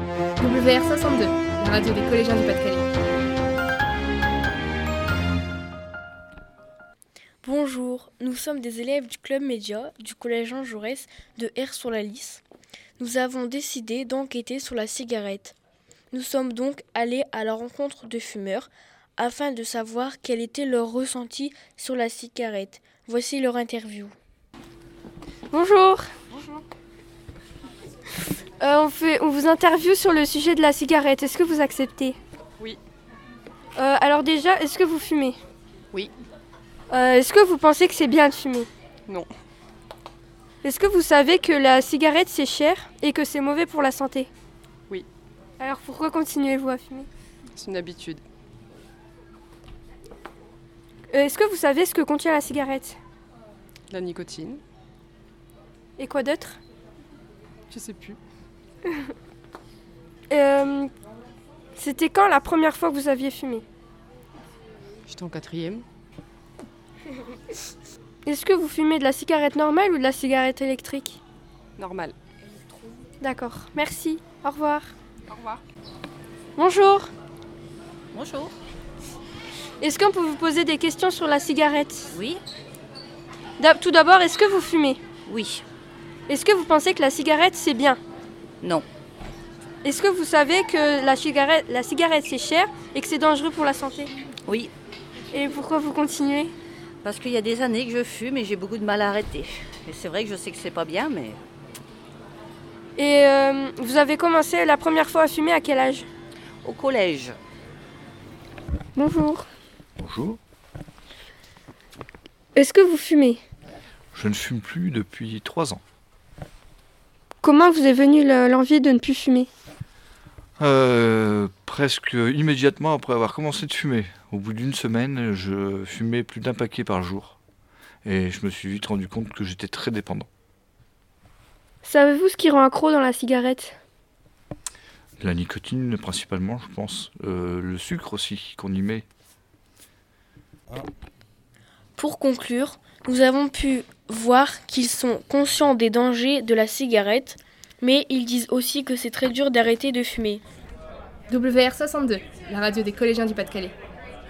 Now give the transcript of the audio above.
WR 62, la radio des collégiens du Pas-de-Calais. Bonjour, nous sommes des élèves du club média du collège Jean Jaurès de R sur la Lys. Nous avons décidé d'enquêter sur la cigarette. Nous sommes donc allés à la rencontre de fumeurs afin de savoir quel était leur ressenti sur la cigarette. Voici leur interview. Bonjour. Euh, on, fait, on vous interviewe sur le sujet de la cigarette. Est-ce que vous acceptez Oui. Euh, alors déjà, est-ce que vous fumez Oui. Euh, est-ce que vous pensez que c'est bien de fumer Non. Est-ce que vous savez que la cigarette c'est cher et que c'est mauvais pour la santé Oui. Alors pourquoi continuez-vous à fumer C'est une habitude. Euh, Est-ce que vous savez ce que contient la cigarette La nicotine, Et quoi d'autre je sais plus. Euh, C'était quand la première fois que vous aviez fumé J'étais en quatrième. Est-ce que vous fumez de la cigarette normale ou de la cigarette électrique Normal. D'accord, merci, au revoir. Au revoir. Bonjour, Bonjour. est-ce qu'on peut vous poser des questions sur la cigarette Oui. D'ab- Tout d'abord, est-ce que vous fumez Oui. Est-ce que vous pensez que la cigarette c'est bien Non. Est-ce que vous savez que la cigarette, la cigarette c'est cher et que c'est dangereux pour la santé Oui. Et pourquoi vous continuez Parce qu'il y a des années que je fume et j'ai beaucoup de mal à arrêter. Et c'est vrai que je sais que c'est pas bien, mais Et euh, vous avez commencé la première fois à fumer à quel âge au collège. Bonjour. Bonjour. Est-ce que vous fumez Je ne fume plus depuis trois ans. Comment vous est venue le- l'envie de ne plus fumer Euh, presque immédiatement après avoir commencé de fumer. Au bout d'une semaine, je fumais plus d'un paquet par jour. Et je me suis vite rendu compte que j'étais très dépendant. Savez-vous ce qui rend accro dans la cigarette La nicotine principalement, je pense. Euh, le sucre aussi qu'on y met. Pour conclure, nous avons pu voir qu'ils sont conscients des dangers de la cigarette, mais ils disent aussi que c'est très dur d'arrêter de fumer. WR 62, la radio des collégiens du Pas-de-Calais.